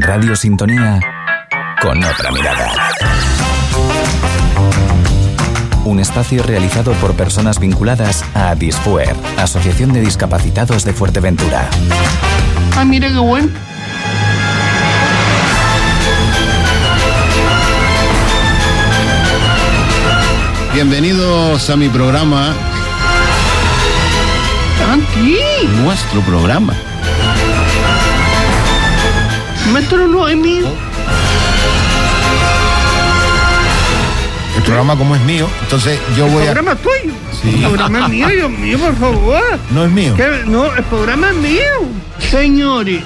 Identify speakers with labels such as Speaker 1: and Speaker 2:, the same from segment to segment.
Speaker 1: Radio Sintonía con otra mirada. Un espacio realizado por personas vinculadas a Disfuer, Asociación de Discapacitados de Fuerteventura.
Speaker 2: Ah, mira qué bueno.
Speaker 3: Bienvenidos a mi programa,
Speaker 2: Aquí.
Speaker 3: nuestro programa.
Speaker 2: Mételo no es mío.
Speaker 3: El programa como es mío, entonces yo voy a...
Speaker 2: programa es tuyo.
Speaker 3: Sí.
Speaker 2: El programa es mío, Dios mío, por favor.
Speaker 3: No es mío.
Speaker 2: Que- No, el programa es mío. Señores,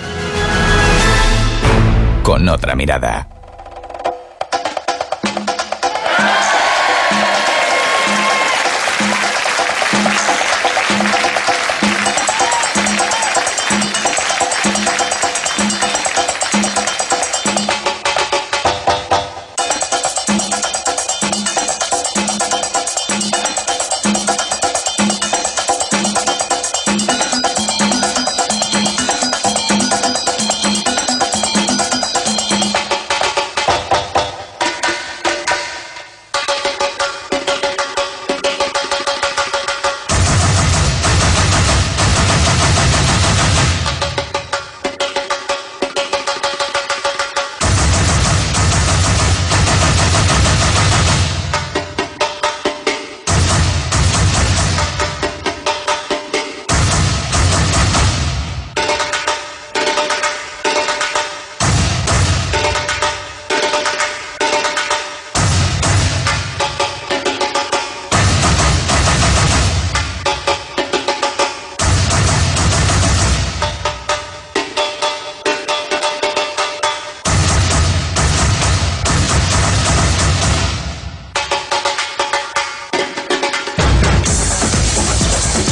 Speaker 1: Con otra mirada.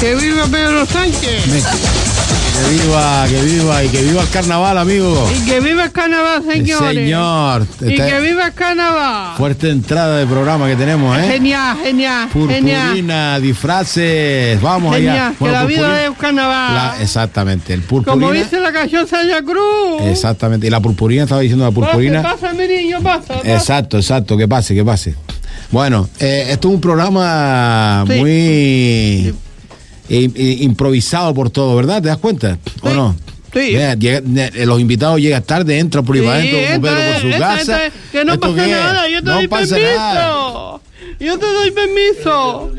Speaker 2: que viva Pedro Sánchez.
Speaker 3: Me- Que viva, que viva y que viva el carnaval, amigo.
Speaker 2: Y que viva el carnaval, señores.
Speaker 3: Señor,
Speaker 2: Y
Speaker 3: está-
Speaker 2: que viva el carnaval.
Speaker 3: fuerte entrada de programa que tenemos, ¿eh?
Speaker 2: Genial, genial, genial.
Speaker 3: Purpurina, disfraces, vamos allá.
Speaker 2: Genial, que
Speaker 3: Bueno,
Speaker 2: la vida
Speaker 3: purpurina-
Speaker 2: es un carnaval.
Speaker 3: la- exactamente, el
Speaker 2: Como
Speaker 3: purpurina.
Speaker 2: dice la canción Santa Cruz.
Speaker 3: Exactamente, y la purpurina, estaba diciendo la
Speaker 2: Purpurina.
Speaker 3: purpurina.
Speaker 2: Pasa, mi niño, pasa. pasa.
Speaker 3: Exacto, exacto, que pase, que pase. Bueno, eh, esto es un programa
Speaker 2: Sí.
Speaker 3: muy i- i- improvisado por todo, ¿verdad? ¿Te das cuenta? ¿O
Speaker 2: Sí.
Speaker 3: no?
Speaker 2: Sí.
Speaker 3: Mira, llega- ne- los invitados llegan tarde, entran por ahí para
Speaker 2: Sí,
Speaker 3: adentro como
Speaker 2: esta
Speaker 3: Pedro
Speaker 2: es-
Speaker 3: por su
Speaker 2: esta-
Speaker 3: casa.
Speaker 2: esta es- que no
Speaker 3: ¿Esto
Speaker 2: pasa
Speaker 3: qué es?
Speaker 2: nada, yo te
Speaker 3: No
Speaker 2: doy
Speaker 3: pasa
Speaker 2: permiso.
Speaker 3: nada.
Speaker 2: Yo te doy permiso.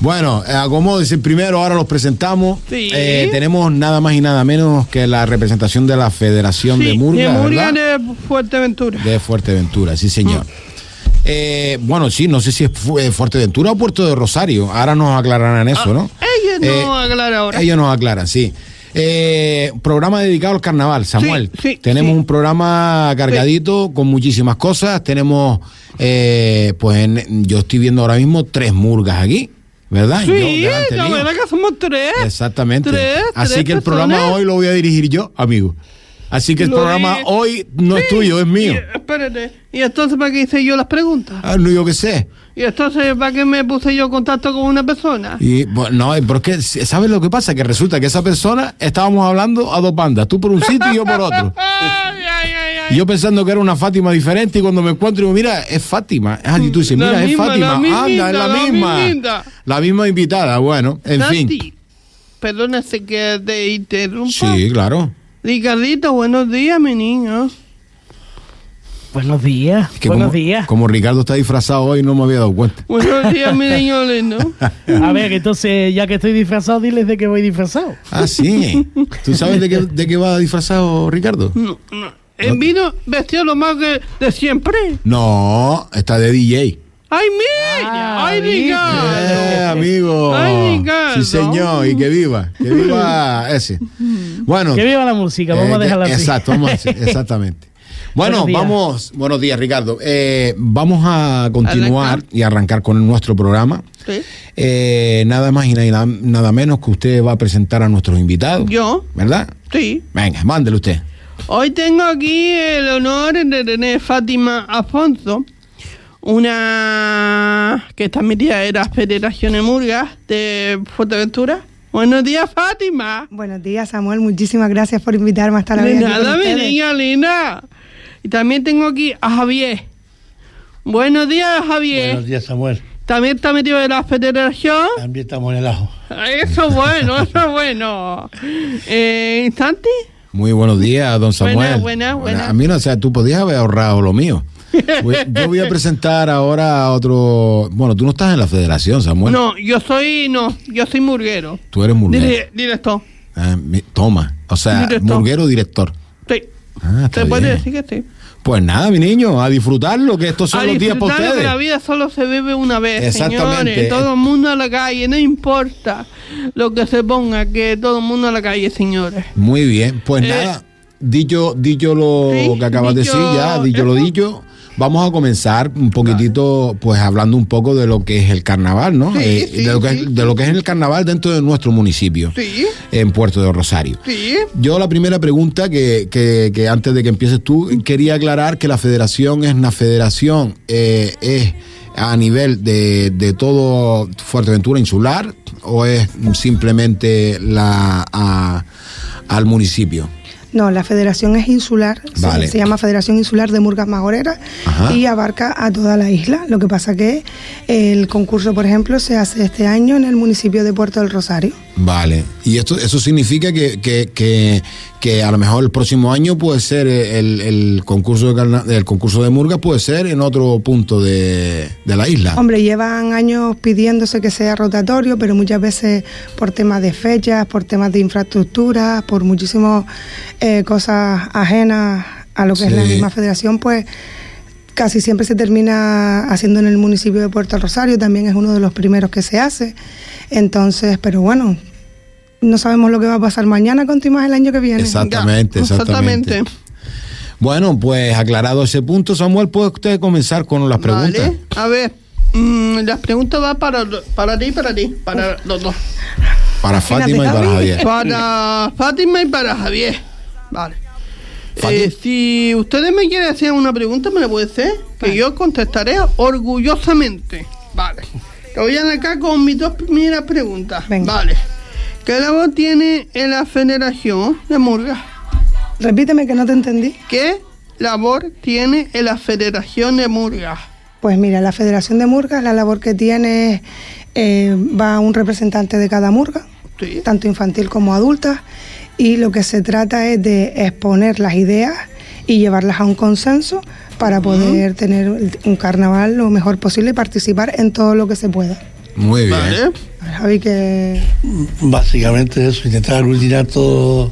Speaker 3: Bueno, eh, acomódense primero, ahora los presentamos.
Speaker 2: Sí.
Speaker 3: Eh, tenemos nada más y nada menos que la representación de la Federación de
Speaker 2: Sí,
Speaker 3: Murga.
Speaker 2: de Murga
Speaker 3: ¿verdad?
Speaker 2: de Fuerteventura.
Speaker 3: De Fuerteventura, sí, señor. Eh, bueno, sí, no sé si es Fu- eh, Fuerteventura o Puerto de Rosario. Ahora nos aclararán eso, ¿no?
Speaker 2: Ella
Speaker 3: Eh,
Speaker 2: Ah, no aclara ahora.
Speaker 3: Ellos nos aclaran, sí. Eh, programa dedicado al carnaval, Samuel.
Speaker 2: sí,
Speaker 3: Tenemos
Speaker 2: sí.
Speaker 3: un programa cargadito con muchísimas cosas. Tenemos, eh, pues en- yo estoy viendo ahora mismo tres murgas aquí, ¿verdad? Yo
Speaker 2: sí,
Speaker 3: delante
Speaker 2: la
Speaker 3: mío.
Speaker 2: verdad que somos tres.
Speaker 3: Exactamente.
Speaker 2: Tres,
Speaker 3: Así
Speaker 2: tres
Speaker 3: que el
Speaker 2: personas.
Speaker 3: programa hoy lo voy a dirigir yo, amigo. Así que el
Speaker 2: Lo
Speaker 3: programa
Speaker 2: di-
Speaker 3: hoy no es
Speaker 2: Sí,
Speaker 3: tuyo, es mío.
Speaker 2: y- espérate. ¿Y entonces para qué hice yo las preguntas?
Speaker 3: Ah, no, yo qué sé.
Speaker 2: ¿Y entonces para qué me puse yo en contacto con una persona?
Speaker 3: Y, bueno, no, eh, pero es que, ¿sabes lo que pasa? Que resulta que esa persona estábamos hablando a dos bandas, tú por un sitio y yo por otro.
Speaker 2: Ay, ay, ay, ay.
Speaker 3: Y yo pensando que era una Fátima diferente y cuando me encuentro digo, mira, es Fátima. Ah, y tú dices,
Speaker 2: La
Speaker 3: mira, es
Speaker 2: misma,
Speaker 3: Fátima.
Speaker 2: la
Speaker 3: Anda,
Speaker 2: mismita,
Speaker 3: es la
Speaker 2: la
Speaker 3: misma.
Speaker 2: mismita.
Speaker 3: La misma invitada, bueno, en
Speaker 2: Santi,
Speaker 3: fin.
Speaker 2: Perdona si que te interrumpa.
Speaker 3: Sí, claro.
Speaker 2: Ricardito, buenos días, mi niño.
Speaker 4: Buenos días.
Speaker 3: Es que
Speaker 4: Buenos
Speaker 3: como,
Speaker 4: días.
Speaker 3: como Ricardo está disfrazado hoy no me había dado cuenta.
Speaker 2: Buenos días, mi niño lindo.
Speaker 4: A ver, entonces, ya que estoy disfrazado, diles de que voy disfrazado.
Speaker 3: Ah, sí. ¿Tú sabes de qué, de qué va disfrazado Ricardo?
Speaker 2: No, no. Él vino vestido lo más que de siempre.
Speaker 3: No, está de DJ.
Speaker 2: ¡Ay, mira!
Speaker 4: Ah,
Speaker 2: ¡Ay,
Speaker 4: ¿viste?
Speaker 2: Ricardo!
Speaker 3: Eh, amigo.
Speaker 2: Ay, Ricardo.
Speaker 3: Sí, señor, y que viva, que viva ese. Bueno.
Speaker 4: Que viva la música, vamos
Speaker 3: eh,
Speaker 4: a
Speaker 3: que-
Speaker 4: dejarla así.
Speaker 3: Exacto, vamos a hacer- exactamente. Bueno,
Speaker 4: Buenos días.
Speaker 3: vamos, buenos días Ricardo. Eh, vamos a continuar
Speaker 2: Arrancar.
Speaker 3: y arrancar con nuestro programa.
Speaker 2: Sí.
Speaker 3: Eh, nada más y nada, nada menos que usted va a presentar a nuestros invitados.
Speaker 2: Yo.
Speaker 3: ¿Verdad?
Speaker 2: Sí.
Speaker 3: Venga, mándele usted.
Speaker 2: Hoy tengo aquí el honor de tener Fátima Afonso, una que también era Federación de Murgas de Fuerteventura. Buenos días, Fátima.
Speaker 5: Buenos días, Samuel. Muchísimas gracias por invitarme hasta la
Speaker 2: De
Speaker 5: vida. aquí
Speaker 2: nada,
Speaker 5: con
Speaker 2: mi
Speaker 5: ustedes.
Speaker 2: niña linda. Y también tengo aquí a Javier. Buenos días, Javier.
Speaker 6: Buenos días, Samuel.
Speaker 2: También está metido en la federación.
Speaker 6: También estamos en el ajo.
Speaker 2: Eso es bueno, eso es bueno. Eh, ¿Instante?
Speaker 3: Muy buenos días, don Samuel.
Speaker 2: Buena, buena, buena.
Speaker 3: A mí no, o sea, tú podías haber ahorrado lo mío. Voy- Yo voy a presentar ahora a otro. Bueno, tú no estás en la federación, Samuel.
Speaker 2: No, yo soy, no, yo soy murguero.
Speaker 3: Tú eres murguero.
Speaker 2: Dire- directo.
Speaker 3: Ah, mi- toma. O sea,
Speaker 2: Director.
Speaker 3: murguero director.
Speaker 2: Sí.
Speaker 3: Ah, está
Speaker 2: Se puede
Speaker 3: bien.
Speaker 2: decir que sí.
Speaker 3: Pues nada, mi niño, a disfrutarlo, que estos son
Speaker 2: A
Speaker 3: los días para
Speaker 2: disfrutar que
Speaker 3: ustedes.
Speaker 2: la vida solo se vive una vez,
Speaker 3: Exactamente.
Speaker 2: señores. Todo el mundo a la calle, no importa lo que se ponga, que todo el mundo a la calle, señores.
Speaker 3: Muy bien, pues
Speaker 2: Eh,
Speaker 3: nada, dicho, dicho lo
Speaker 2: sí,
Speaker 3: que acabas de
Speaker 2: dicho
Speaker 3: decir, ya, dicho lo
Speaker 2: eso.
Speaker 3: dicho, vamos a comenzar un poquitito, pues hablando un poco de lo que es el carnaval, ¿no?
Speaker 2: Sí,
Speaker 3: Eh,
Speaker 2: sí,
Speaker 3: de, lo que
Speaker 2: sí.
Speaker 3: es, de lo que es el carnaval dentro de nuestro municipio,
Speaker 2: Sí,
Speaker 3: en Puerto de Rosario.
Speaker 2: sí.
Speaker 3: Yo la primera pregunta que, que- que antes de que empieces tú, quería aclarar que la federación es una federación, eh, es a nivel de, de todo Fuerteventura insular o es simplemente la a- al municipio.
Speaker 5: No, la federación es insular. se-
Speaker 3: Vale.
Speaker 5: Se, llama Federación Insular de Murgas Magoreras
Speaker 3: Ajá.
Speaker 5: y abarca a toda la isla. Lo que pasa que el concurso, por ejemplo, se hace este año en el municipio de Puerto del Rosario.
Speaker 3: Vale, y esto eso significa que, que, que- que a lo mejor el próximo año puede ser el, el concurso de carna- el concurso de Murga puede ser en otro punto de, de la isla.
Speaker 5: Hombre, llevan años pidiéndose que sea rotatorio, pero muchas veces por temas de fechas, por temas de infraestructura, por muchísimas eh, cosas ajenas a lo que es la
Speaker 3: Sí.
Speaker 5: misma federación, pues casi siempre se termina haciendo en el municipio de Puerto Rosario, también es uno de los primeros que se hace. Entonces, pero bueno, no sabemos lo que va a pasar mañana, contigo más el año que viene.
Speaker 3: Exacto.
Speaker 2: Ya,
Speaker 3: Exactamente, exactamente. Bueno, pues aclarado ese punto, Samuel, puede usted comenzar con las preguntas.
Speaker 2: Vale. A ver, mm, las preguntas van para, para ti y para ti, para los dos.
Speaker 3: Para
Speaker 5: Imagínate,
Speaker 3: Fátima y para
Speaker 5: Javi.
Speaker 3: Javier.
Speaker 2: Para Fátima y para Javier. Vale.
Speaker 3: Fátima.
Speaker 2: Eh, si ustedes me quieren hacer una pregunta, me la puede hacer, que yo contestaré orgullosamente. Vale. Te voy a acá con mis dos primeras preguntas.
Speaker 5: Venga.
Speaker 2: Vale. ¿Qué labor tiene en la Federación de Murgas?
Speaker 5: Repíteme que no te entendí.
Speaker 2: ¿Qué labor tiene en la Federación de Murgas?
Speaker 5: Pues mira, la Federación de Murgas, la labor que tiene es, eh, va un representante de cada murga,
Speaker 2: Sí.
Speaker 5: tanto infantil como adulta, y lo que se trata es de exponer las ideas y llevarlas a un consenso para poder tener un carnaval lo mejor posible y participar en todo lo que se pueda.
Speaker 3: Muy bien.
Speaker 2: Vale.
Speaker 5: Javi, que
Speaker 6: Básicamente eso, intentar aglutinar todo,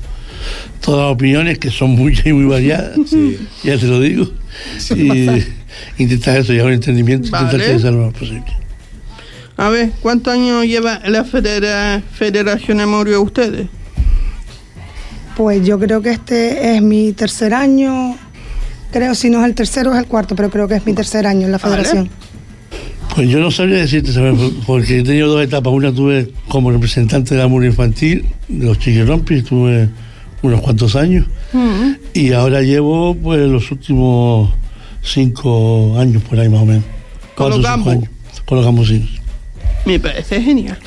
Speaker 6: todas las opiniones, que son muchas y muy variadas, ya se lo digo. Y intentar eso, llegar a un entendimiento,
Speaker 2: Vale.
Speaker 6: intentar que sea lo más posible.
Speaker 2: A ver, ¿cuántos años lleva la federa- Federación de Murgas ustedes?
Speaker 5: pues yo creo que este es mi tercer año, creo si no es el tercero es el cuarto, pero creo que es mi tercer año en la
Speaker 2: Vale.
Speaker 5: Federación.
Speaker 6: Pues yo no sabría decirte, Samuel, porque he tenido dos etapas. Una tuve como representante del amor infantil, de los chiquirompis, tuve unos cuantos años.
Speaker 2: Mm.
Speaker 6: Y ahora llevo pues los últimos cinco años por ahí más o menos.
Speaker 2: Con los
Speaker 6: Cuatro o cinco
Speaker 2: gambos.
Speaker 6: años. Con los gambusinos.
Speaker 2: Me parece genial.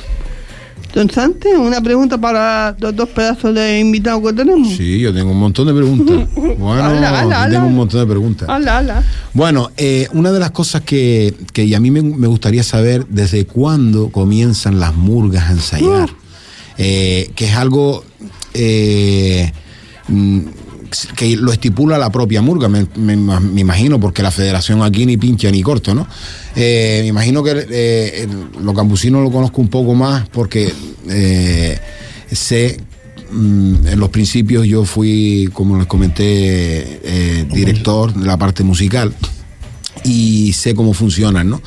Speaker 2: Entonces, antes, una pregunta para los dos pedazos de invitados que tenemos.
Speaker 3: Sí, yo tengo un montón de preguntas. Bueno,
Speaker 2: Ala, ala, ala.
Speaker 3: tengo un montón de preguntas.
Speaker 2: Ala, ala.
Speaker 3: Bueno, eh, una de las cosas que, que y a mí me, me gustaría saber desde cuándo comienzan las murgas a ensayar,
Speaker 2: Mm.
Speaker 3: Eh, que es algo eh, mm, que lo estipula la propia murga, me, me- me imagino, porque la federación aquí ni pincha ni corto, ¿no? Eh, me imagino que eh, el- lo campusino lo conozco un poco más porque eh, sé... mm, En los principios yo fui, como les comenté, eh, director de la parte musical y sé cómo funcionan, ¿no?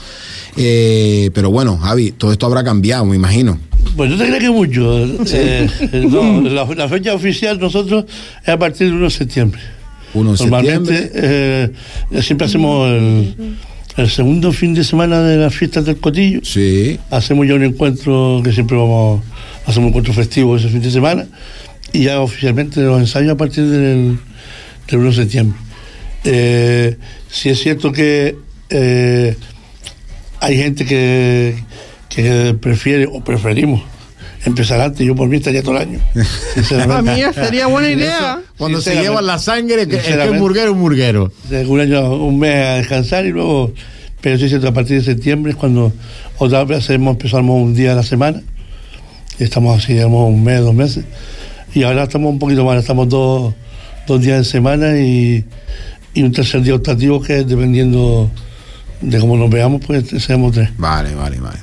Speaker 3: Eh, pero bueno, Javi, todo esto habrá cambiado, me imagino.
Speaker 6: Pues no te creas que mucho. eh, eh, no, la, la fecha oficial nosotros es a partir del 1 de septiembre.
Speaker 3: 1 de
Speaker 6: Normalmente
Speaker 3: septiembre.
Speaker 6: eh, siempre hacemos el, el segundo fin de semana de las fiestas del Cotillo.
Speaker 3: Sí,
Speaker 6: hacemos ya un encuentro que siempre vamos, hacemos un encuentro festivo ese fin de semana y ya oficialmente los ensayos a partir del, del 1 de septiembre. Eh, sí es cierto que eh, hay gente que, que prefiere o preferimos empezar antes. Yo por mí estaría todo el año.
Speaker 2: Ah,
Speaker 6: Sinceramente.
Speaker 2: mira, sería buena idea.
Speaker 3: Cuando se
Speaker 6: Sinceramente.
Speaker 3: llevan la sangre, que- el que es
Speaker 6: Sinceramente.
Speaker 3: murguero es murguero.
Speaker 6: de un año, un mes a descansar y luego, pero estoy diciendo, a partir de septiembre es cuando otra vez hacemos, empezamos un día a la semana, y estamos así, digamos, un mes, dos meses, y ahora estamos un poquito más, estamos dos, dos días en semana y, y un tercer día optativo que es dependiendo de cómo nos veamos, pues seamos tres.
Speaker 3: Vale, vale, vale.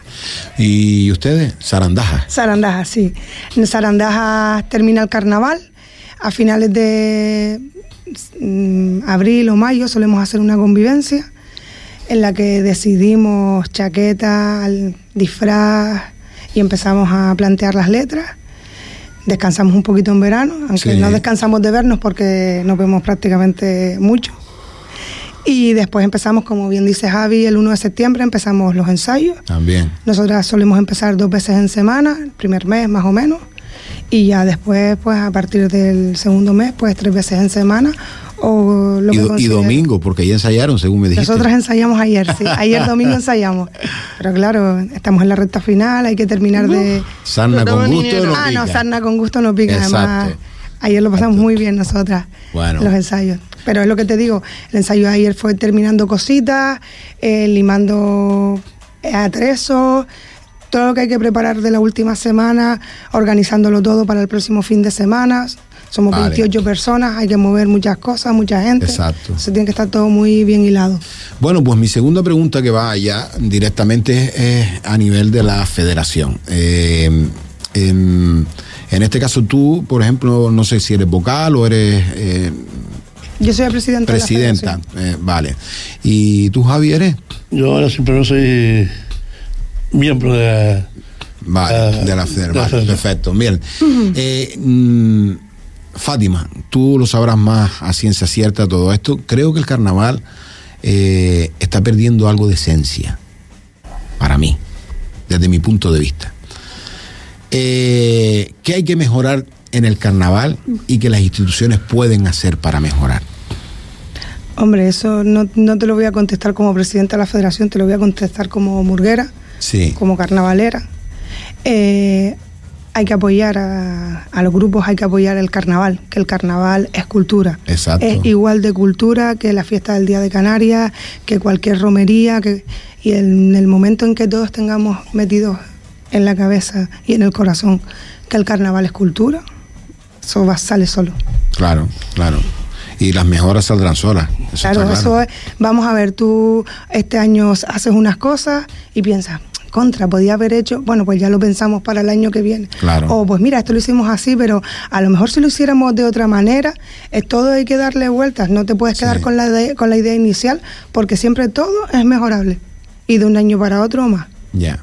Speaker 3: ¿Y ustedes? Zarandaja.
Speaker 5: Sarandaja, sí. En Sarandaja termina el carnaval. A finales de mm, abril o mayo solemos hacer una convivencia en la que decidimos chaqueta, al- disfraz y empezamos a plantear las letras. Descansamos un poquito en verano, aunque
Speaker 3: Sí.
Speaker 5: no descansamos de vernos porque nos vemos prácticamente mucho. Y después empezamos, como bien dice Javi, el 1 de septiembre empezamos los ensayos.
Speaker 3: También.
Speaker 5: Nosotras solemos empezar dos veces en semana, el primer mes más o menos, y ya después, pues a partir del segundo mes, pues tres veces en semana o lo
Speaker 3: Y,
Speaker 5: que
Speaker 3: do- y
Speaker 5: considere-
Speaker 3: domingo, porque ya ensayaron, según me dijiste.
Speaker 5: Nosotras ensayamos ayer, sí, ayer domingo ensayamos, pero claro, estamos en la recta final, hay que terminar de...
Speaker 3: Sarna
Speaker 2: Pero
Speaker 3: con
Speaker 2: ni
Speaker 3: gusto
Speaker 2: era.
Speaker 3: no
Speaker 5: ah, no,
Speaker 3: pica.
Speaker 5: sarna con gusto no pica, además.
Speaker 3: Exacto.
Speaker 5: Ayer lo pasamos muy bien nosotras,
Speaker 3: Bueno.
Speaker 5: los ensayos. Pero es lo que te digo, el ensayo de ayer fue terminando cositas, eh, limando atresos, todo lo que hay que preparar de la última semana, organizándolo todo para el próximo fin de semana. Somos
Speaker 3: Vale.
Speaker 5: 28 personas, hay que mover muchas cosas, mucha gente.
Speaker 3: Exacto.
Speaker 5: Se tiene que estar todo muy bien hilado.
Speaker 3: Bueno, pues mi segunda pregunta que va allá directamente es a nivel de la federación. Eh, en, en este caso tú, por ejemplo, no sé si eres vocal o eres eh,
Speaker 5: Yo soy la presidenta. de la
Speaker 3: presidenta,
Speaker 5: federación.
Speaker 3: eh, vale. ¿Y tú, Javi, eres?
Speaker 6: Yo ahora siempre no soy miembro de la-
Speaker 3: Vale,
Speaker 6: Ah,
Speaker 3: de la
Speaker 6: de
Speaker 3: federación,
Speaker 6: la
Speaker 3: vale,
Speaker 6: federación.
Speaker 3: perfecto, bien. Eh, mm, Fátima, tú lo sabrás más a ciencia cierta todo esto. Creo que el carnaval eh, está perdiendo algo de esencia, para mí, desde mi punto de vista. Eh, ¿Qué hay que mejorar en el carnaval y que las instituciones pueden hacer para mejorar?
Speaker 5: Hombre, eso no, no te lo voy a contestar como presidenta de la federación, te lo voy a contestar como murguera.
Speaker 3: Sí,
Speaker 5: como carnavalera. Eh, hay que apoyar a, a los grupos, hay que apoyar el carnaval, que el carnaval es cultura.
Speaker 3: Exacto.
Speaker 5: Es igual de cultura que la fiesta del Día de Canarias, que cualquier romería, que, y en el momento en que todos tengamos metidos en la cabeza y en el corazón que el carnaval es cultura, eso va, sale solo.
Speaker 3: claro, claro. Y las mejoras saldrán solas. eso
Speaker 5: Claro,
Speaker 3: está
Speaker 5: eso es, vamos a ver, tú este año haces unas cosas y piensas, contra, podía haber hecho, bueno, pues ya lo pensamos para el año que viene.
Speaker 3: Claro.
Speaker 5: O pues mira, esto lo hicimos así, pero a lo mejor si lo hiciéramos de otra manera, es todo hay que darle vueltas, no te puedes quedar
Speaker 3: Sí.
Speaker 5: con, la de- con la idea inicial, porque siempre todo es mejorable. Y de un año para otro más.
Speaker 3: Ya.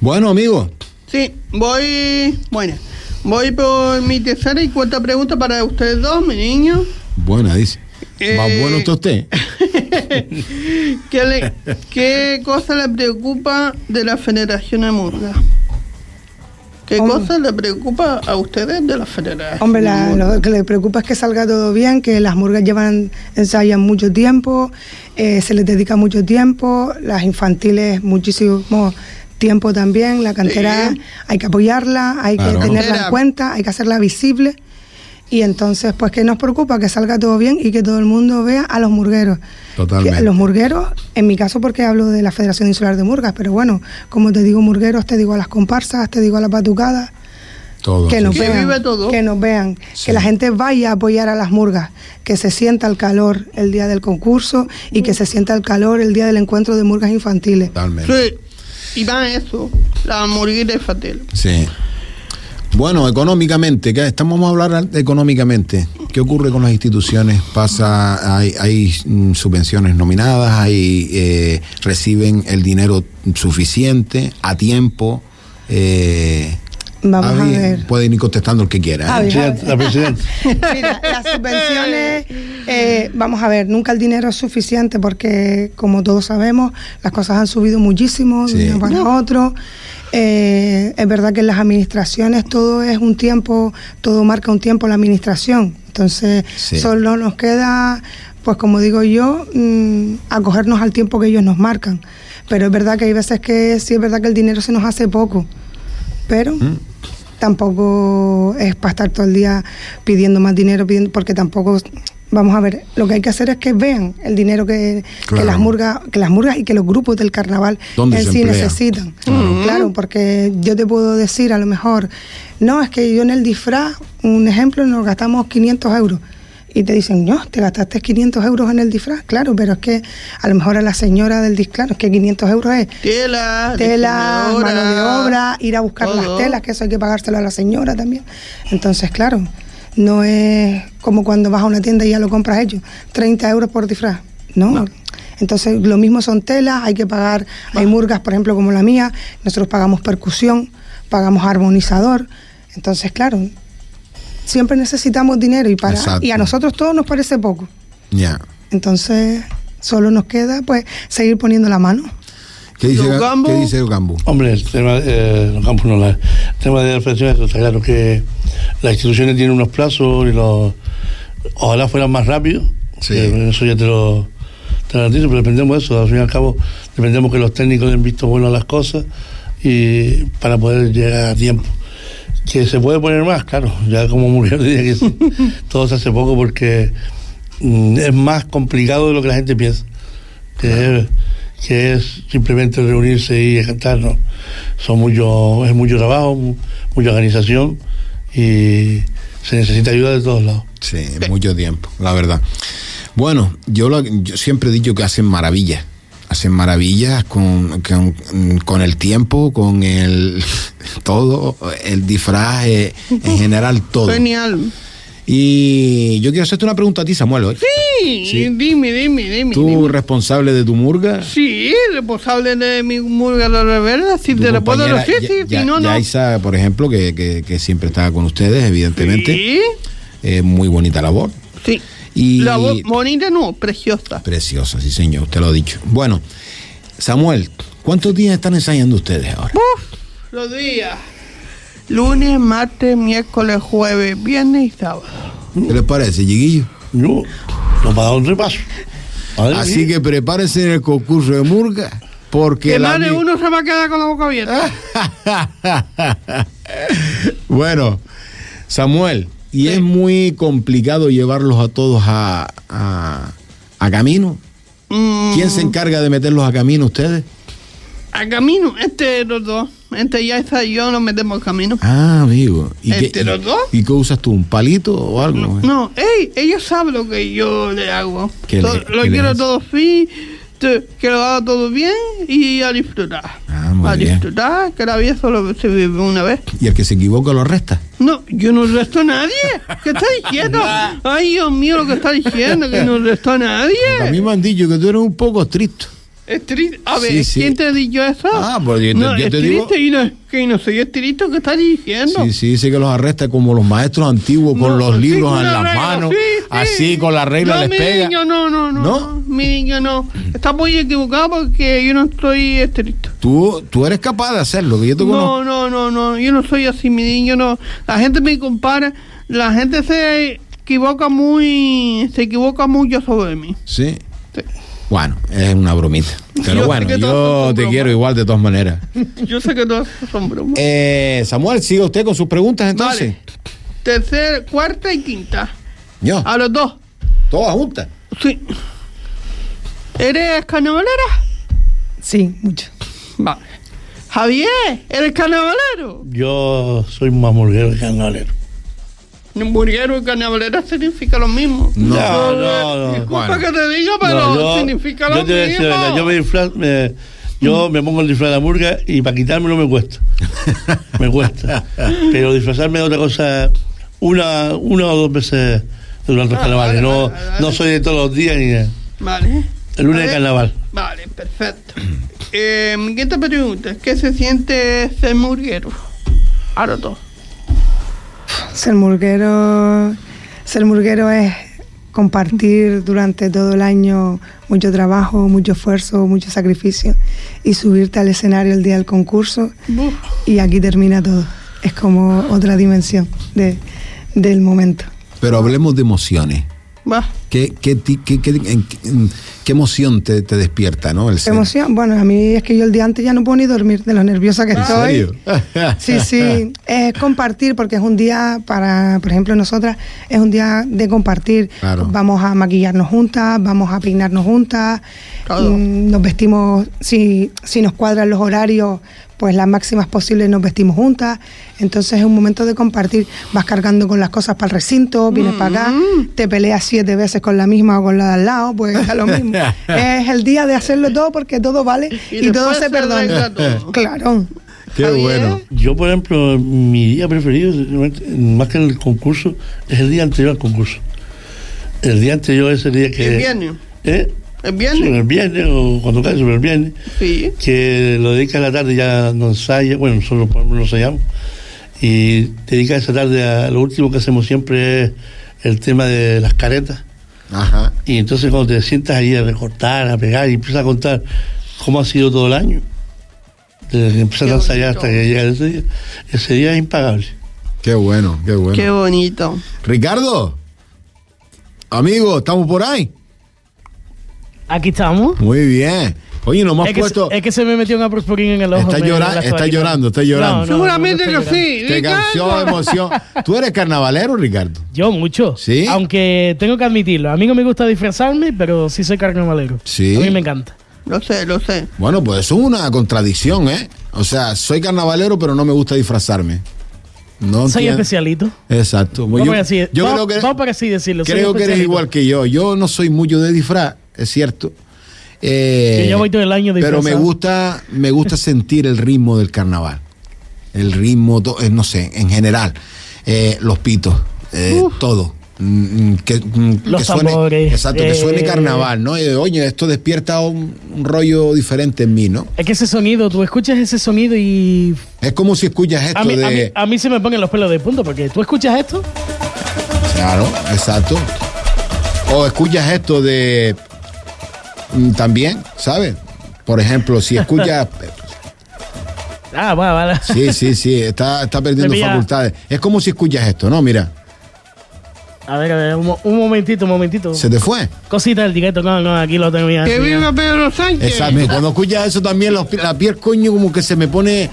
Speaker 3: Bueno, amigos,
Speaker 2: Sí, voy. Bueno, voy por mi tercera y cuarta pregunta para ustedes dos, mi niño.
Speaker 3: Buena, dice.
Speaker 2: Eh,
Speaker 3: Más bueno está usted.
Speaker 2: ¿Qué, le- ¿Qué cosa le preocupa de la Federación Amurga? ¿Qué
Speaker 5: Hombre.
Speaker 2: cosa le preocupa a ustedes de la Federación?
Speaker 5: Hombre, la-
Speaker 2: Amurga?
Speaker 5: lo que le preocupa es que salga todo bien, que las murgas llevan, ensayan mucho tiempo, eh, se les dedica mucho tiempo, las infantiles muchísimo tiempo también, la cantera
Speaker 2: Sí.
Speaker 5: hay que apoyarla, hay
Speaker 3: Claro.
Speaker 5: que tenerla
Speaker 2: Cantera.
Speaker 5: en cuenta, hay que hacerla visible. Y entonces, pues, ¿qué nos preocupa? Que salga todo bien y que todo el mundo vea a los murgueros.
Speaker 3: Totalmente.
Speaker 5: Que Los murgueros, en mi caso, porque hablo de la Federación Insular de Murgas, pero bueno, como te digo murgueros, te digo a las comparsas, te digo a las batucadas,
Speaker 3: Todo.
Speaker 5: que nos
Speaker 2: Que
Speaker 5: vean,
Speaker 2: viva todo.
Speaker 5: que nos vean,
Speaker 3: Sí.
Speaker 5: que la gente vaya a apoyar a las murgas, que se sienta el calor el día del concurso y
Speaker 2: Mm.
Speaker 5: que se sienta el calor el día del encuentro de murgas infantiles.
Speaker 3: Totalmente.
Speaker 2: Sí, y va eso, la hamburguera de Fatel.
Speaker 3: Sí. Bueno, económicamente, ¿qué? estamos vamos a hablar al- económicamente. ¿Qué ocurre con las instituciones? Pasa, hay, hay, mm, subvenciones nominadas, hay, eh, reciben el dinero suficiente a tiempo. Eh,
Speaker 5: Vamos a
Speaker 3: Javi,
Speaker 5: ver.
Speaker 3: Pueden ir contestando el que quiera. ¿eh?
Speaker 5: Javi.
Speaker 6: presidenta- la presidenta.
Speaker 5: Mira, las subvenciones, eh, vamos a ver, nunca el dinero es suficiente porque, como todos sabemos, las cosas han subido muchísimo
Speaker 3: Sí.
Speaker 5: de un año para otro. Eh, es verdad que en las administraciones todo es un tiempo, todo marca un tiempo la administración. Entonces,
Speaker 3: Sí.
Speaker 5: solo nos queda, pues como digo yo, mm, acogernos al tiempo que ellos nos marcan.
Speaker 3: Mm.
Speaker 5: Pero es verdad que hay veces que sí es verdad que el dinero se nos hace poco. Pero tampoco es para estar todo el día pidiendo más dinero, pidiendo, porque tampoco vamos a ver, lo que hay que hacer es que vean el dinero que,
Speaker 3: Claro.
Speaker 5: que las murgas, que las murgas y que los grupos del carnaval
Speaker 3: ¿Dónde
Speaker 5: en
Speaker 3: se
Speaker 5: sí
Speaker 3: emplea?
Speaker 5: necesitan. Claro. porque yo te puedo decir a lo mejor, no, es que yo en el disfraz, un ejemplo, nos gastamos 500 euros. Y te dicen, no, te gastaste 500 euros en el disfraz, claro, pero es que a lo mejor a la señora del disfraz, claro, es que 500 euros es Ah,
Speaker 2: Tela,
Speaker 5: telas, mano de obra, ir a buscar
Speaker 2: todo.
Speaker 5: las telas, que eso hay que pagárselo a la señora también. Entonces, claro, no es como cuando vas a una tienda y ya lo compras hecho, 30 euros por disfraz, ¿no? Entonces, lo mismo son telas, hay que pagar, hay murgas, por ejemplo, como la mía, nosotros pagamos percusión, pagamos armonizador, entonces, claro, siempre necesitamos dinero y, para,
Speaker 3: Exacto.
Speaker 5: y a nosotros todo nos parece poco.
Speaker 3: Ya.
Speaker 5: Entonces, solo nos queda pues seguir poniendo la mano.
Speaker 3: ¿Qué dice,
Speaker 2: Los
Speaker 3: Ga-
Speaker 2: gambos.
Speaker 3: ¿Qué dice el gambo?
Speaker 6: Hombre, el tema, eh, los campos no, la- el tema de la reflexión es que está claro que las instituciones tienen unos plazos y los, ojalá fueran más rápidos.
Speaker 3: Sí.
Speaker 6: Eh, Eso ya te lo, te lo garantizo, pero dependemos de eso. Al fin y al cabo, dependemos que los técnicos den visto bueno a las cosas y para poder llegar a tiempo. Que se puede poner más, claro. Ya como murió, diría que sí. todo se hace poco porque mm, es más complicado de lo que la gente piensa que es, que es simplemente reunirse y cantar, ¿no? Son mucho, es mucho trabajo, mu- mucha organización y se necesita ayuda de todos lados.
Speaker 3: Sí, mucho tiempo, la verdad. Bueno, yo, lo- yo siempre he dicho que hacen maravillas. Hacen maravillas con, con, con el tiempo, con el todo, el disfraz, eh, en general todo.
Speaker 2: Genial.
Speaker 3: Y yo quiero hacerte una pregunta a ti, Samuel. ¿eh?
Speaker 2: Sí, dime, dime, dime.
Speaker 3: Tú
Speaker 2: dime.
Speaker 3: responsable de tu murga.
Speaker 2: Sí, responsable de mi murga de reverda, si
Speaker 3: tu
Speaker 2: te lo puedo
Speaker 3: compañera
Speaker 2: decir, sí,
Speaker 3: Ya-
Speaker 2: si
Speaker 3: Ya-
Speaker 2: no, no.
Speaker 3: Yaisa, por ejemplo, que, que- que siempre está con ustedes, evidentemente.
Speaker 2: Sí,
Speaker 3: Eh, muy bonita labor.
Speaker 2: sí.
Speaker 3: Y
Speaker 2: La voz bonita no, preciosa.
Speaker 3: Preciosa, sí señor, usted lo ha dicho. Bueno, Samuel, ¿cuántos días están ensayando ustedes ahora?
Speaker 2: Los días. Lunes, martes, miércoles, jueves, viernes y sábado.
Speaker 3: ¿Qué les parece, Chiquillo?
Speaker 6: Yo, nos va a dar un repaso. Madre
Speaker 3: Así
Speaker 6: mía.
Speaker 3: que prepárense en el concurso de Murga, porque...
Speaker 2: Que
Speaker 3: la
Speaker 2: más de
Speaker 3: mi- Ah.
Speaker 2: uno se va a quedar con la boca abierta.
Speaker 3: bueno, Samuel, y es muy complicado llevarlos a todos a, a- a camino.
Speaker 2: Mm,
Speaker 3: ¿Quién se encarga de meterlos a camino ustedes?
Speaker 2: a camino, entre los dos. Entre ya está y yo nos metemos al camino.
Speaker 3: Ah, amigo. ¿Y
Speaker 2: ¿Entre los dos?
Speaker 3: ¿Y qué usas tú? ¿Un palito o algo?
Speaker 2: No, no, ey, ellos saben lo que yo le hago.
Speaker 3: ¿Qué
Speaker 2: To-
Speaker 3: le-
Speaker 2: lo
Speaker 3: qué le
Speaker 2: quiero
Speaker 3: haces?
Speaker 2: todo fin, te- que lo haga todo bien y a disfrutar.
Speaker 3: Ah, muy
Speaker 2: a
Speaker 3: bien.
Speaker 2: disfrutar, que la vida solo se vive una vez.
Speaker 3: ¿Y el que se equivoca lo resta?
Speaker 2: No, yo no resto a nadie. ¿Qué está diciendo? Ay, Dios mío, lo que está diciendo, que no resto a
Speaker 3: A mí
Speaker 2: nadie.
Speaker 3: me han dicho que tú eres un poco triste.
Speaker 2: Es triste. A ver,
Speaker 3: Sí, sí.
Speaker 2: ¿quién te dijo eso?
Speaker 3: Ah, pues yo te-
Speaker 2: no,
Speaker 3: yo
Speaker 2: es
Speaker 3: te digo-
Speaker 2: triste y no, que no soy estricto, ¿qué está diciendo?
Speaker 3: Sí, sí, dice que los arresta como los maestros antiguos, con
Speaker 2: Ah, No,
Speaker 3: los
Speaker 2: sí,
Speaker 3: libros
Speaker 2: con
Speaker 3: en
Speaker 2: la
Speaker 3: las
Speaker 2: regla,
Speaker 3: manos,
Speaker 2: sí, sí.
Speaker 3: así con la regla
Speaker 2: no,
Speaker 3: les
Speaker 2: mi
Speaker 3: pega.
Speaker 2: Niño, no, no, no,
Speaker 3: ¿No?
Speaker 2: no, Mi niño no. Está muy equivocado porque yo no estoy estricto.
Speaker 3: Tú, tú eres capaz de hacerlo, que yo te conozco.
Speaker 2: No, no, no, no. Yo no soy así, mi niño no. La gente me compara. La gente se equivoca muy. Se equivoca mucho sobre mí.
Speaker 3: Sí.
Speaker 2: Sí.
Speaker 3: Bueno, es una bromita.
Speaker 2: Yo
Speaker 3: Pero
Speaker 2: sé
Speaker 3: bueno,
Speaker 2: que todas
Speaker 3: yo
Speaker 2: son
Speaker 3: te
Speaker 2: bromas.
Speaker 3: quiero igual de todas maneras.
Speaker 2: Yo sé que todas esas son bromas.
Speaker 3: Eh, Samuel, siga usted con sus preguntas entonces.
Speaker 2: vale. Ah. Tercer, cuarta y quinta.
Speaker 3: Yo,
Speaker 2: A los dos.
Speaker 3: todas juntas.
Speaker 2: Sí. ¿Eres carnavalera?
Speaker 5: Sí, mucho.
Speaker 2: Vale. Javier, ¿eres carnavalero?
Speaker 6: Yo soy más murguero que carnavalero.
Speaker 2: Un burguero y carnavalera significa lo mismo.
Speaker 3: No,
Speaker 2: Yo, eh,
Speaker 6: no, no.
Speaker 2: Disculpa
Speaker 3: Bueno.
Speaker 2: que te diga, pero
Speaker 6: No, yo-
Speaker 2: significa
Speaker 6: yo
Speaker 2: lo
Speaker 6: te voy a decir
Speaker 2: mismo.
Speaker 6: la verdad, yo me disfraz- me- yo me pongo el disfraz de la murga y para quitármelo me cuesta. me cuesta. Pero disfrazarme de otra cosa una, una o dos veces durante los
Speaker 2: Ah,
Speaker 6: carnavales.
Speaker 2: vale,
Speaker 6: no,
Speaker 2: vale, vale.
Speaker 6: no soy de todos los días ni nada.
Speaker 2: Vale.
Speaker 6: El lunes de
Speaker 2: Vale.
Speaker 6: carnaval.
Speaker 2: Vale, perfecto. Eh, mi quinta pregunta, ¿qué se siente ser murguero? Ahora todo.
Speaker 5: Ser murguero, ser murguero es compartir durante todo el año mucho trabajo, mucho esfuerzo, mucho sacrificio y subirte al escenario el día del concurso
Speaker 2: Buf.
Speaker 5: y aquí termina todo. Es como otra dimensión de, del momento.
Speaker 3: Pero hablemos de emociones.
Speaker 2: Va.
Speaker 3: ¿Qué, qué ti- qué- qué- en- en- qué emoción te, te despierta, no? El ser.
Speaker 5: Emoción. Bueno, a mí es que yo el día antes ya no puedo ni dormir de lo nerviosa que
Speaker 3: ¿En
Speaker 5: estoy.
Speaker 3: serio?
Speaker 5: Sí, sí, es compartir porque es un día para, por ejemplo, nosotras, es un día de compartir.
Speaker 3: Claro.
Speaker 5: Vamos a maquillarnos juntas, vamos a peinarnos juntas,
Speaker 2: Todo.
Speaker 5: mm, nos vestimos, si, si nos cuadran los horarios, pues las máximas posibles nos vestimos juntas. Entonces es un momento de compartir. Vas cargando con las cosas para el recinto, vienes para acá,
Speaker 2: Mm.
Speaker 5: te peleas siete veces con la misma o con la de al lado, pues es lo mismo. es el día de hacerlo todo porque todo vale y, todo
Speaker 2: después
Speaker 5: se perdona.
Speaker 2: arregla todo.
Speaker 5: Claro.
Speaker 3: Qué
Speaker 2: Javier.
Speaker 3: bueno.
Speaker 6: Yo, por ejemplo, mi día preferido, sinceramente, más que el concurso, es el día anterior al concurso. El día anterior es el día que.
Speaker 2: El viernes.
Speaker 6: ¿Eh?
Speaker 2: ¿Es
Speaker 6: Sobre
Speaker 2: viernes?
Speaker 6: el viernes, o cuando cae sobre el viernes,
Speaker 2: Sí.
Speaker 6: que lo dedica a la tarde, ya no ensaya, bueno, nosotros por ejemplo, no ensayamos, y dedica esa tarde a lo último que hacemos siempre es el tema de las caretas.
Speaker 3: Ajá.
Speaker 6: Y entonces cuando te sientas ahí a recortar, a pegar y empiezas a contar cómo ha sido todo el año, desde que empiezas
Speaker 2: Qué
Speaker 6: a ensayar
Speaker 2: bonito.
Speaker 6: hasta que llega ese día, ese día es impagable.
Speaker 3: Qué bueno, qué bueno.
Speaker 2: Qué bonito.
Speaker 3: Ricardo, amigo, ¿estamos por ahí?
Speaker 4: Aquí estamos.
Speaker 3: Muy bien. Oye, nos hemos
Speaker 4: Es que,
Speaker 3: puesto.
Speaker 4: es que se me metió un aprosporín en el ojo.
Speaker 3: Está
Speaker 4: me-
Speaker 3: llora-
Speaker 4: la
Speaker 3: está
Speaker 4: toallita.
Speaker 3: llorando, está llorando.
Speaker 4: No, no, no, no
Speaker 2: Seguramente
Speaker 4: está
Speaker 2: que
Speaker 4: llorando.
Speaker 2: sí.
Speaker 3: Qué
Speaker 2: Ricardo.
Speaker 3: canción, emoción. ¿Tú eres carnavalero, Ricardo?
Speaker 4: Yo mucho.
Speaker 3: ¿Sí?
Speaker 4: Aunque tengo que admitirlo. A mí no me gusta disfrazarme, pero sí soy carnavalero.
Speaker 3: Sí.
Speaker 4: A mí me encanta.
Speaker 2: Lo sé, lo sé.
Speaker 3: Bueno, pues eso es una contradicción, ¿eh? O sea, soy carnavalero, pero no me gusta disfrazarme. No
Speaker 4: Soy
Speaker 3: entiendo.
Speaker 4: especialito.
Speaker 3: Exacto. Bueno,
Speaker 4: Vamos por así-
Speaker 3: Pues yo
Speaker 4: vamos-
Speaker 3: creo que,
Speaker 4: vamos por así decirlo, soy
Speaker 3: Creo que eres
Speaker 4: especialito.
Speaker 3: igual que yo. Yo no soy mucho de disfraz, es cierto. Eh,
Speaker 4: Yo ya voy todo el año
Speaker 3: Pero me
Speaker 4: disfrazado.
Speaker 3: gusta, me gusta sentir el ritmo del carnaval. El ritmo, to- eh, no sé, en general. Eh, los pitos, eh, todo. Mm, mm, que, mm,
Speaker 4: Los
Speaker 3: que suene-
Speaker 4: tambores,
Speaker 3: Exacto, que suene
Speaker 4: eh,
Speaker 3: carnaval, ¿no? Y, oye, esto despierta un, un rollo diferente en mí, ¿no?
Speaker 4: Es que ese sonido, tú escuchas ese sonido y.
Speaker 3: Es como si escuchas esto
Speaker 4: A mí,
Speaker 3: de.
Speaker 4: a, mí, a mí se me ponen los pelos de punto porque tú escuchas esto.
Speaker 3: Claro, exacto. O escuchas esto de. mm, También, ¿sabes? Por ejemplo, si escuchas.
Speaker 4: Ah, va, va.
Speaker 3: Sí, sí, sí, está, está perdiendo
Speaker 4: Me pilla.
Speaker 3: facultades. Es como si escuchas esto, ¿no? Mira,
Speaker 4: A ver, a ver, un, mo- un momentito, un momentito.
Speaker 3: se te fue.
Speaker 4: Cosita del directo, no, no, aquí lo tengo ya.
Speaker 2: Que
Speaker 4: sí,
Speaker 2: viva Pedro Sánchez.
Speaker 3: Exacto. Cuando escuchas eso también, los- la piel, coño, como que se me pone.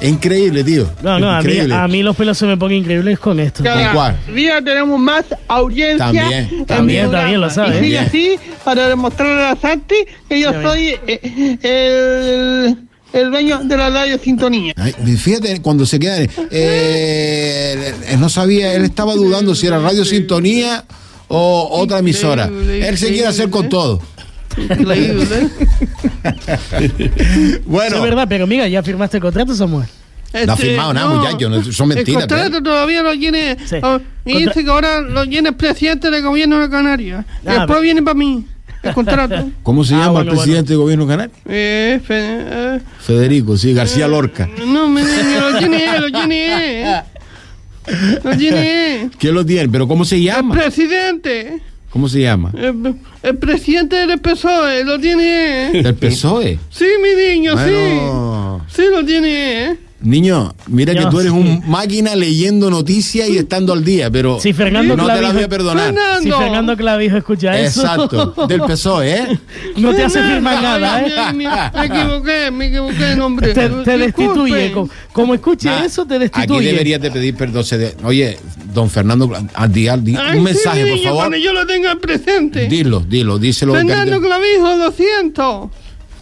Speaker 3: es increíble, tío.
Speaker 4: No, no, a mí,
Speaker 3: Increíble.
Speaker 4: a mí los pelos se me ponen increíbles con esto.
Speaker 2: Cada
Speaker 3: cuál?
Speaker 2: día tenemos más audiencia.
Speaker 3: También,
Speaker 2: en mi
Speaker 3: también,
Speaker 2: programa.
Speaker 4: también lo sabe,
Speaker 2: Y sigue
Speaker 3: ¿eh?
Speaker 2: así para demostrarle a Santi que yo
Speaker 4: Ya ves.
Speaker 2: soy eh, el, el dueño de la radio sintonía.
Speaker 3: Ay, fíjate, cuando se queda. eh, él- él no sabía, él estaba dudando si era Radio Sintonía o otra emisora.
Speaker 2: Increíble,
Speaker 3: Él se quiere hacer con
Speaker 2: increíble.
Speaker 3: todo.
Speaker 2: Increíble.
Speaker 3: ¿eh? Bueno.
Speaker 4: es verdad, pero mira, ya firmaste el contrato, Samuel.
Speaker 3: No ha firmado nada, muchacho, no, son mentiras,
Speaker 2: Este, El contrato
Speaker 3: ¿eh?
Speaker 2: todavía lo tiene.
Speaker 4: Sí.
Speaker 2: oh, y
Speaker 4: Contra-
Speaker 2: dice que ahora lo tiene el presidente del gobierno de Canarias. Y
Speaker 4: Ah,
Speaker 2: después
Speaker 4: ve-
Speaker 2: viene para mí el contrato.
Speaker 3: ¿Cómo se
Speaker 4: Ah,
Speaker 3: llama
Speaker 4: bueno,
Speaker 3: el presidente del gobierno canario?
Speaker 2: Eh, fe- eh,
Speaker 3: Federico, sí, García
Speaker 4: Eh.
Speaker 3: Lorca.
Speaker 2: no, me diga, lo tiene él, lo tiene él. Lo tiene él.
Speaker 3: ¿Quién lo tiene? ¿Pero cómo se llama?
Speaker 2: Presidente.
Speaker 3: ¿Cómo se llama?
Speaker 2: El, el presidente del PSOE E, lo tiene. eh?
Speaker 3: El PSOE.
Speaker 2: Sí, mi niño,
Speaker 3: Bueno.
Speaker 2: sí. Sí, lo tiene. eh.
Speaker 3: Niño, mira que
Speaker 4: Yo
Speaker 3: tú eres
Speaker 4: sí.
Speaker 3: un máquina leyendo noticias y estando al día, pero
Speaker 4: Sí, Fernando
Speaker 3: no te la
Speaker 4: Clavijo.
Speaker 3: voy a perdonar.
Speaker 2: Fernando.
Speaker 4: Si Fernando Clavijo escucha eso,
Speaker 3: Exacto, del PSOE, ¿eh?
Speaker 4: no te hace firmar nada, ¿eh?
Speaker 2: Ay, ay, Me equivoqué, me equivoqué de nombre.
Speaker 4: Te, te destituye.
Speaker 2: Disculpen.
Speaker 4: Como, como escuche
Speaker 3: Ah,
Speaker 4: eso, te destituye.
Speaker 3: Aquí deberías de pedir perdón. se de- Oye, don Fernando, al día- al día-
Speaker 2: Ay, sí,
Speaker 3: un mensaje,
Speaker 2: mi
Speaker 3: por
Speaker 2: niño,
Speaker 3: favor.
Speaker 2: Cuando yo lo tenga presente.
Speaker 3: Dilo, dilo, díselo.
Speaker 2: Fernando Clavijo, lo siento.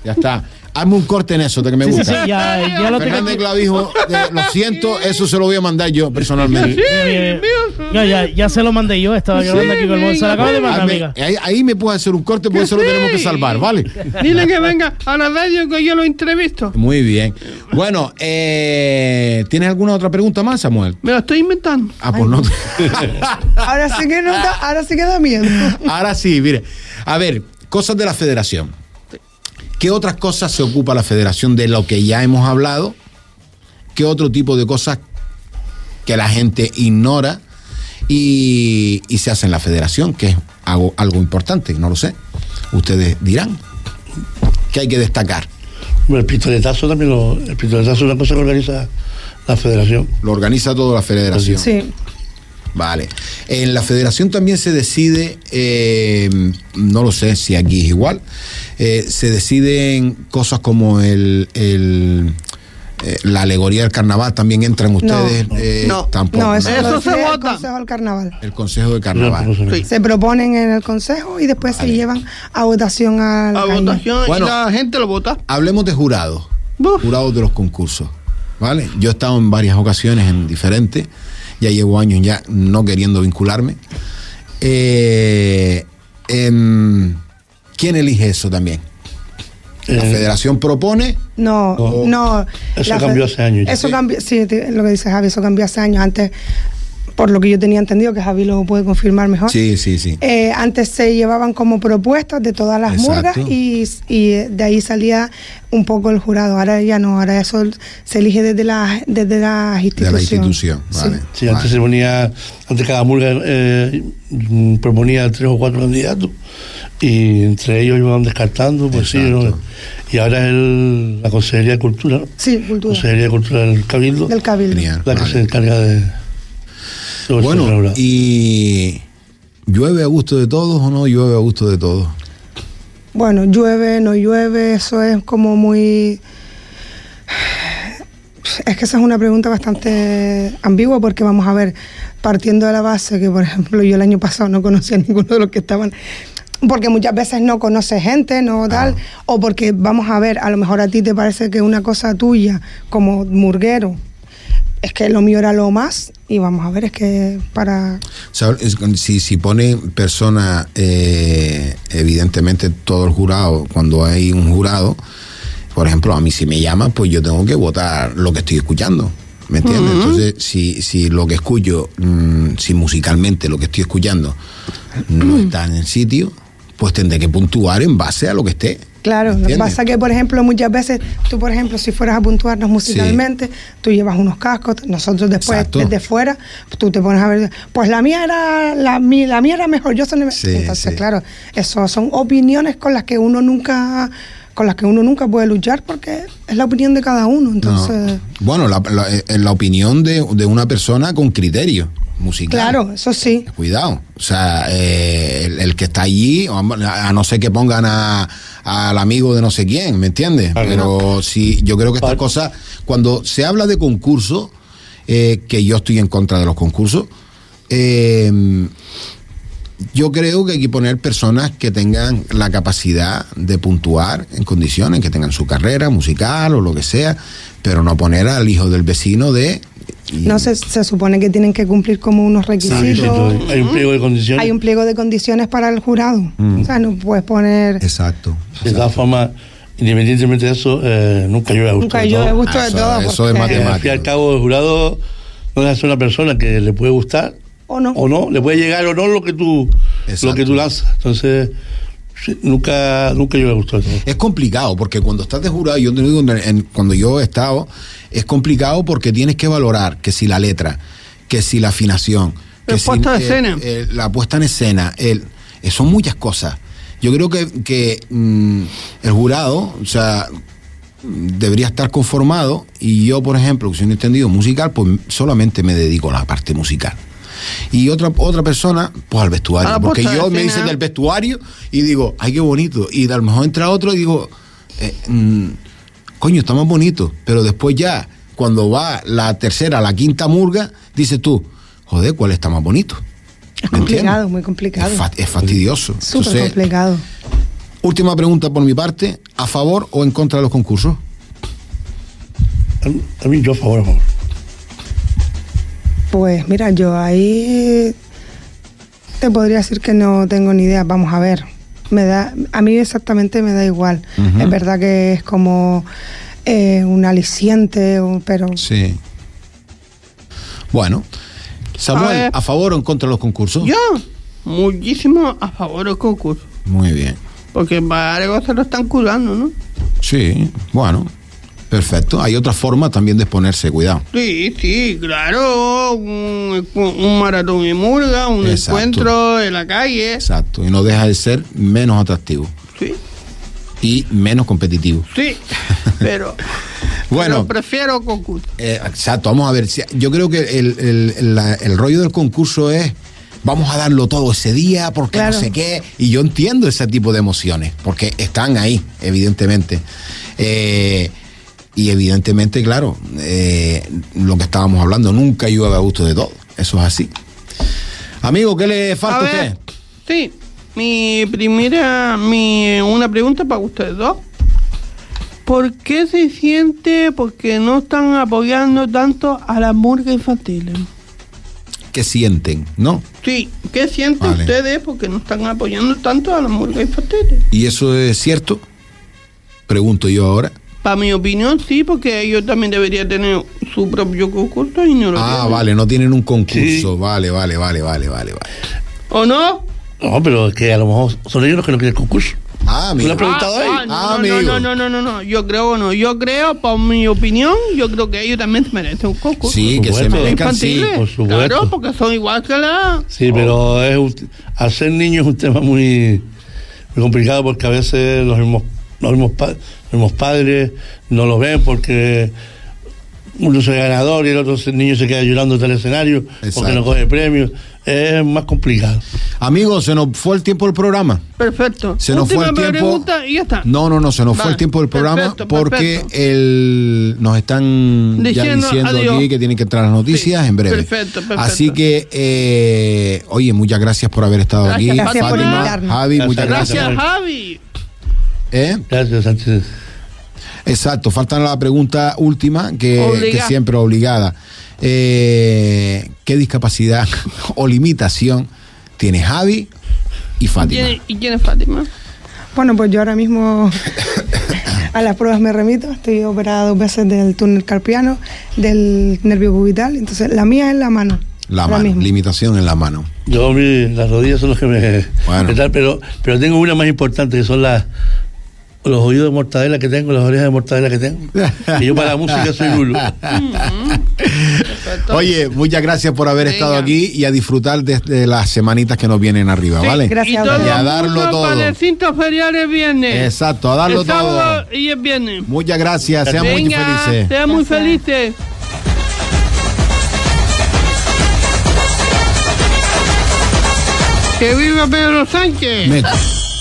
Speaker 3: Ya está. Hazme un corte en eso, de que me
Speaker 4: Sí, sí,
Speaker 3: gusta.
Speaker 4: sí, ya, ya lo tengo.
Speaker 3: Fernández
Speaker 4: aquí.
Speaker 3: Clavijo, de- lo siento, eso se lo voy a mandar yo personalmente.
Speaker 2: Sí,
Speaker 4: Eh,
Speaker 2: mío,
Speaker 4: no, ya, ya se lo mandé yo, estaba
Speaker 2: Sí,
Speaker 4: grabando aquí con el
Speaker 2: venga,
Speaker 4: bolso. Se lo acabo de mandar,
Speaker 3: Hazme-
Speaker 4: amiga.
Speaker 3: ahí, ahí me puedes hacer un corte porque
Speaker 2: Que
Speaker 3: eso lo
Speaker 2: sí.
Speaker 3: tenemos que salvar, ¿vale?
Speaker 2: Dile que venga a la radio que yo lo entrevisto.
Speaker 3: Muy bien. Bueno, eh, ¿tienes alguna otra pregunta más, Samuel?
Speaker 2: Me lo estoy inventando.
Speaker 3: Ah, pues no.
Speaker 5: Ahora sí que no da, ahora sí que da miedo.
Speaker 3: Ahora sí, mire. A ver, cosas de la federación. ¿Qué otras cosas se ocupa la federación de lo que ya hemos hablado? ¿Qué otro tipo de cosas que la gente ignora y, y se hace en la federación? Que es algo, algo importante, no lo sé. Ustedes dirán que hay que destacar.
Speaker 6: Bueno, el pistoletazo también lo, el
Speaker 3: Ah,
Speaker 6: pistoletazo es una cosa que organiza la federación.
Speaker 3: Lo organiza toda la federación.
Speaker 5: Sí.
Speaker 3: Vale. En la federación también se decide, eh, no lo sé si aquí es igual, eh, se deciden cosas como el, el, eh, la alegoría del carnaval, también entran ustedes. eh,
Speaker 2: No.
Speaker 3: tampoco,
Speaker 5: No, eso,
Speaker 3: nada.
Speaker 2: Eso
Speaker 5: lo
Speaker 2: se
Speaker 5: decide el
Speaker 2: vota.
Speaker 5: Consejo del Carnaval.
Speaker 3: El Consejo de
Speaker 6: No,
Speaker 3: Carnaval.
Speaker 6: no sé.
Speaker 2: Sí.
Speaker 5: Se proponen en el Consejo y después se llevan a votación a la
Speaker 2: A
Speaker 5: calle.
Speaker 2: votación
Speaker 3: Bueno.
Speaker 2: y la gente lo vota.
Speaker 3: Hablemos de jurados,
Speaker 2: Buf.
Speaker 3: jurados de los concursos, ¿vale? Yo he estado en varias ocasiones en diferentes, ya llevo años ya no queriendo vincularme. Eh, em, ¿Quién elige eso también? La
Speaker 6: Eh,
Speaker 3: federación propone,
Speaker 5: No,
Speaker 3: Oh.
Speaker 6: No.
Speaker 5: no.
Speaker 6: Eso
Speaker 5: la fe-
Speaker 6: cambió hace años ya.
Speaker 5: Eso
Speaker 6: Sí.
Speaker 5: cambió, sí, te- lo que dice Javi, eso cambió hace años. Antes, por lo que yo tenía entendido, que Javi lo puede confirmar mejor.
Speaker 3: sí, sí, sí,
Speaker 5: Eh, antes se llevaban como propuestas de todas las
Speaker 3: Exacto.
Speaker 5: murgas y, y de ahí salía un poco el jurado. Ahora ya no, ahora eso se elige desde las desde las
Speaker 3: de la
Speaker 5: instituciones.
Speaker 3: institución,
Speaker 5: Sí.
Speaker 3: ¿vale?
Speaker 6: Sí, antes se ponía, antes cada murga eh, mm, proponía tres o cuatro candidatos y entre ellos iban descartando, pues sí,
Speaker 3: Exacto.
Speaker 6: ¿no? y ahora es el- la Consejería de Cultura, ¿no?
Speaker 5: Sí, cultura.
Speaker 6: Consejería de Cultura del Cabildo,
Speaker 5: Del Cabildo.
Speaker 3: Genial.
Speaker 6: la que
Speaker 3: Vale.
Speaker 6: se encarga de... sobre este
Speaker 3: Bueno,
Speaker 6: programa.
Speaker 3: y llueve a gusto de todos o no llueve a gusto de todos.
Speaker 5: Bueno, llueve, no llueve, eso es como muy... Es que esa es una pregunta bastante ambigua porque vamos a ver, partiendo de la base que, por ejemplo, yo el año pasado no conocía a ninguno de los que estaban, porque muchas veces no conoce gente, no tal, o porque vamos a ver, a lo mejor a ti te parece que una cosa tuya como murguero, es que lo mío era lo más, y vamos a ver, es que para...
Speaker 3: O sea, es- si, si pone persona, eh, evidentemente todo el jurado, cuando hay un jurado, por ejemplo, a mí si me llaman, pues yo tengo que votar lo que estoy escuchando. ¿Me entiendes? Entonces, si, si lo que escucho, mm, si musicalmente lo que estoy escuchando no está en el sitio, pues tendré que puntuar en base a lo que esté. ¿Me
Speaker 5: Claro, lo que
Speaker 3: entiendes?
Speaker 5: pasa que, por ejemplo, muchas veces, tú, por ejemplo, si fueras a puntuarnos musicalmente, tú llevas unos cascos, nosotros después,
Speaker 3: Exacto.
Speaker 5: desde fuera, tú te pones a ver, pues la mía era, la, mi- la mía era mejor, yo soy...
Speaker 3: Sí,
Speaker 5: Entonces,
Speaker 3: sí.
Speaker 5: claro, eso son opiniones con las que uno nunca con las que uno nunca puede luchar porque es la opinión de cada uno,
Speaker 3: No.
Speaker 5: entonces...
Speaker 3: Bueno, la, la- eh, la opinión de, de una persona con criterio musical.
Speaker 5: Claro, eso sí.
Speaker 3: Cuidado, o sea, eh, el, el que está allí, a a no ser que pongan a, al amigo de no sé quién, ¿me entiendes?
Speaker 6: Claro.
Speaker 3: Pero sí, yo creo que estas cosas, cuando se habla de concurso, eh, que yo estoy en contra de los concursos, eh, yo creo que hay que poner personas que tengan la capacidad de puntuar en condiciones, que tengan su carrera musical o lo que sea, pero no poner al hijo del vecino de... y-
Speaker 5: No se, se supone que tienen que cumplir como unos
Speaker 6: Sí, sí,
Speaker 5: requisitos.
Speaker 6: todo. hay un pliego de condiciones.
Speaker 5: Hay un pliego de condiciones para el jurado. O sea, no puedes poner...
Speaker 3: Mm. Exacto.
Speaker 6: De todas formas, independientemente de eso, eh, nunca llueve a gusto.
Speaker 5: Nunca
Speaker 6: de
Speaker 5: yo
Speaker 6: todos.
Speaker 5: he gustado
Speaker 3: Ah,
Speaker 5: de
Speaker 3: eso-
Speaker 5: todo.
Speaker 3: eso es
Speaker 5: porque-
Speaker 6: Eh, Al fin y al cabo, el jurado no deja de ser una persona que le puede gustar
Speaker 5: O no.
Speaker 6: o no, le puede llegar o no lo que tú,
Speaker 3: Exacto.
Speaker 6: lo que tú lanzas. Entonces, sí, nunca, nunca yo le gustó eso.
Speaker 3: Es complicado porque cuando estás de jurado, yo te digo, en- en- cuando yo he estado, es complicado porque tienes que valorar que si la letra, que si la afinación, que
Speaker 2: La
Speaker 3: si,
Speaker 2: puesta en
Speaker 3: eh,
Speaker 2: escena.
Speaker 3: eh, la puesta en escena, el, eh, son muchas cosas. Yo creo que, que, mm, el jurado, o sea, mm, debería estar conformado y yo, por ejemplo, que soy un entendido musical, pues solamente me dedico a la parte musical. Y otra, otra persona, pues al vestuario.
Speaker 2: A
Speaker 5: Ah,
Speaker 2: la
Speaker 3: porque
Speaker 2: puesta en
Speaker 3: yo me
Speaker 2: escena.
Speaker 3: hice del vestuario y digo, ay, qué bonito. Y a lo mejor entra otro y digo, eh, mm, coño, está más bonito. Pero después ya, cuando va la tercera, la quinta murga, dices tú, joder, ¿cuál está más bonito?
Speaker 5: Es
Speaker 3: ¿Me entiendes?
Speaker 5: complicado, muy complicado.
Speaker 3: Es, fa- es fastidioso.
Speaker 5: Súper
Speaker 3: Entonces,
Speaker 5: complicado.
Speaker 3: última pregunta por mi parte, ¿a favor o en contra de los concursos?
Speaker 6: A mí- A mí, yo a favor, a favor.
Speaker 5: Pues mira, yo ahí te podría decir que no tengo ni idea. Vamos a ver. Me da, a mí exactamente me da igual. Es verdad que es como eh, un aliciente, o- pero
Speaker 3: Sí. Bueno,
Speaker 2: A
Speaker 3: Samuel,
Speaker 2: ver.
Speaker 3: ¿a, favor o en contra de los concursos?
Speaker 2: Yo, muchísimo a favor del concurso.
Speaker 3: Muy bien.
Speaker 2: Porque para algo se lo están curando, ¿no?
Speaker 3: Sí, bueno, perfecto. Hay otra forma también de exponerse, cuidado.
Speaker 2: Sí, sí, claro. Un, un maratón en Murga, un
Speaker 3: Exacto.
Speaker 2: encuentro en la calle.
Speaker 3: Exacto, y no deja de ser menos atractivo
Speaker 2: Sí,
Speaker 3: y menos competitivo.
Speaker 2: sí. Pero
Speaker 3: Bueno,
Speaker 2: Pero prefiero concurso.
Speaker 3: eh, exacto, vamos a ver. si- Yo creo que el, el- la- el rollo del concurso es vamos a darlo todo ese día porque
Speaker 5: Claro.
Speaker 3: no sé qué. Y yo entiendo ese tipo de emociones porque están ahí, evidentemente. Eh, y evidentemente, claro, eh, lo que estábamos hablando, nunca llueve a gusto de todo. Eso es así. Amigo, ¿qué le falta
Speaker 2: A
Speaker 3: a
Speaker 2: ver,
Speaker 3: usted?
Speaker 2: sí. Mi primera, mi, una pregunta para ustedes dos. ¿Por qué se siente porque no están apoyando tanto a las murgas infantiles?
Speaker 3: ¿Qué sienten? ¿No?
Speaker 2: Sí, ¿qué sienten
Speaker 3: Vale.
Speaker 2: ustedes porque no están apoyando tanto a las murgas infantiles?
Speaker 3: ¿Y eso es cierto? Pregunto yo ahora.
Speaker 2: Para mi opinión, sí, porque ellos también deberían tener su propio concurso y no lo
Speaker 3: Ah,
Speaker 2: tienen.
Speaker 3: vale, no tienen un concurso.
Speaker 6: Sí.
Speaker 3: Vale, vale, vale, vale, vale, vale.
Speaker 2: ¿O no?
Speaker 6: No, pero que a lo mejor son ellos los que no quieren concurso.
Speaker 3: Ah,
Speaker 6: ¿Tú le
Speaker 3: mira.
Speaker 6: has preguntado
Speaker 2: Ah,
Speaker 6: ahí?
Speaker 2: ah, no,
Speaker 3: Ah,
Speaker 2: no,
Speaker 3: amigo.
Speaker 2: no, no, no, no, no, yo creo que no. Yo creo, por mi opinión, yo creo que ellos también se merecen un concurso.
Speaker 3: Ah, Sí, que se
Speaker 6: Supuesto.
Speaker 3: merezcan, sí.
Speaker 2: infantiles,
Speaker 6: por supuesto.
Speaker 2: claro, porque son igual que la...
Speaker 3: Oh.
Speaker 6: Sí, pero es un- hacer niños es un tema muy, muy complicado porque a veces los mismos, los, mismos pa- los mismos padres no los ven porque uno es el ganador y el otro se- niño se queda llorando en el escenario porque
Speaker 3: Exacto.
Speaker 6: no coge premios. Es más complicado.
Speaker 3: Amigos, se nos fue el tiempo del programa.
Speaker 2: Perfecto.
Speaker 3: Se nos
Speaker 2: Última
Speaker 3: fue el tiempo.
Speaker 2: pregunta y ya está.
Speaker 3: No, no, no, se nos fue
Speaker 2: Ah. Vale,
Speaker 3: el tiempo del programa
Speaker 2: perfecto,
Speaker 3: porque
Speaker 2: perfecto.
Speaker 3: el nos están ya
Speaker 2: Diciendo
Speaker 3: diciendo
Speaker 2: adiós.
Speaker 3: aquí que tienen que entrar las noticias
Speaker 2: Sí,
Speaker 3: en breve.
Speaker 2: perfecto, perfecto.
Speaker 3: Así que, eh, oye, muchas gracias por haber estado
Speaker 2: Gracias,
Speaker 3: aquí.
Speaker 2: Gracias por
Speaker 3: Fátima,
Speaker 5: invitarnos.
Speaker 3: Javi, muchas gracias.
Speaker 2: Gracias,
Speaker 6: Gracias.
Speaker 2: Javi.
Speaker 3: ¿Eh?
Speaker 6: Gracias, Sánchez.
Speaker 3: Exacto, falta la pregunta última, que,
Speaker 2: Obligada.
Speaker 3: que siempre obligada. Eh, ¿Qué discapacidad o limitación tiene Javi y Fátima?
Speaker 2: ¿Quién- ¿Y quién es Fátima?
Speaker 5: Bueno, pues yo ahora mismo a las pruebas me remito. Estoy operada dos veces del túnel carpiano, del nervio cubital. Entonces, la mía es la mano.
Speaker 3: La
Speaker 5: ahora
Speaker 3: mano,
Speaker 5: mismo.
Speaker 3: limitación en la mano.
Speaker 6: Yo, mi- las rodillas son los que me.
Speaker 3: Bueno.
Speaker 6: me tal, pero, pero tengo una más importante que son las. Los oídos de mortadela que tengo, las orejas de mortadela que tengo. Y yo para la música soy Lulu.
Speaker 2: Perfecto.
Speaker 3: Oye, muchas gracias por haber
Speaker 2: Venga.
Speaker 3: estado aquí y a disfrutar de, de las semanitas que nos vienen arriba,
Speaker 2: Sí,
Speaker 3: Ah, ¿vale?
Speaker 5: gracias.
Speaker 2: y todo
Speaker 3: Y a
Speaker 2: el
Speaker 3: darlo
Speaker 2: mundo
Speaker 3: todo.
Speaker 2: Para el cinto ferial es viernes.
Speaker 3: Exacto, a darlo
Speaker 2: El sábado
Speaker 3: todo.
Speaker 2: y es viernes.
Speaker 3: Muchas gracias, sean muy
Speaker 2: Venga,
Speaker 3: felices.
Speaker 2: sean muy felices. Que viva Pedro Sánchez.
Speaker 3: Me-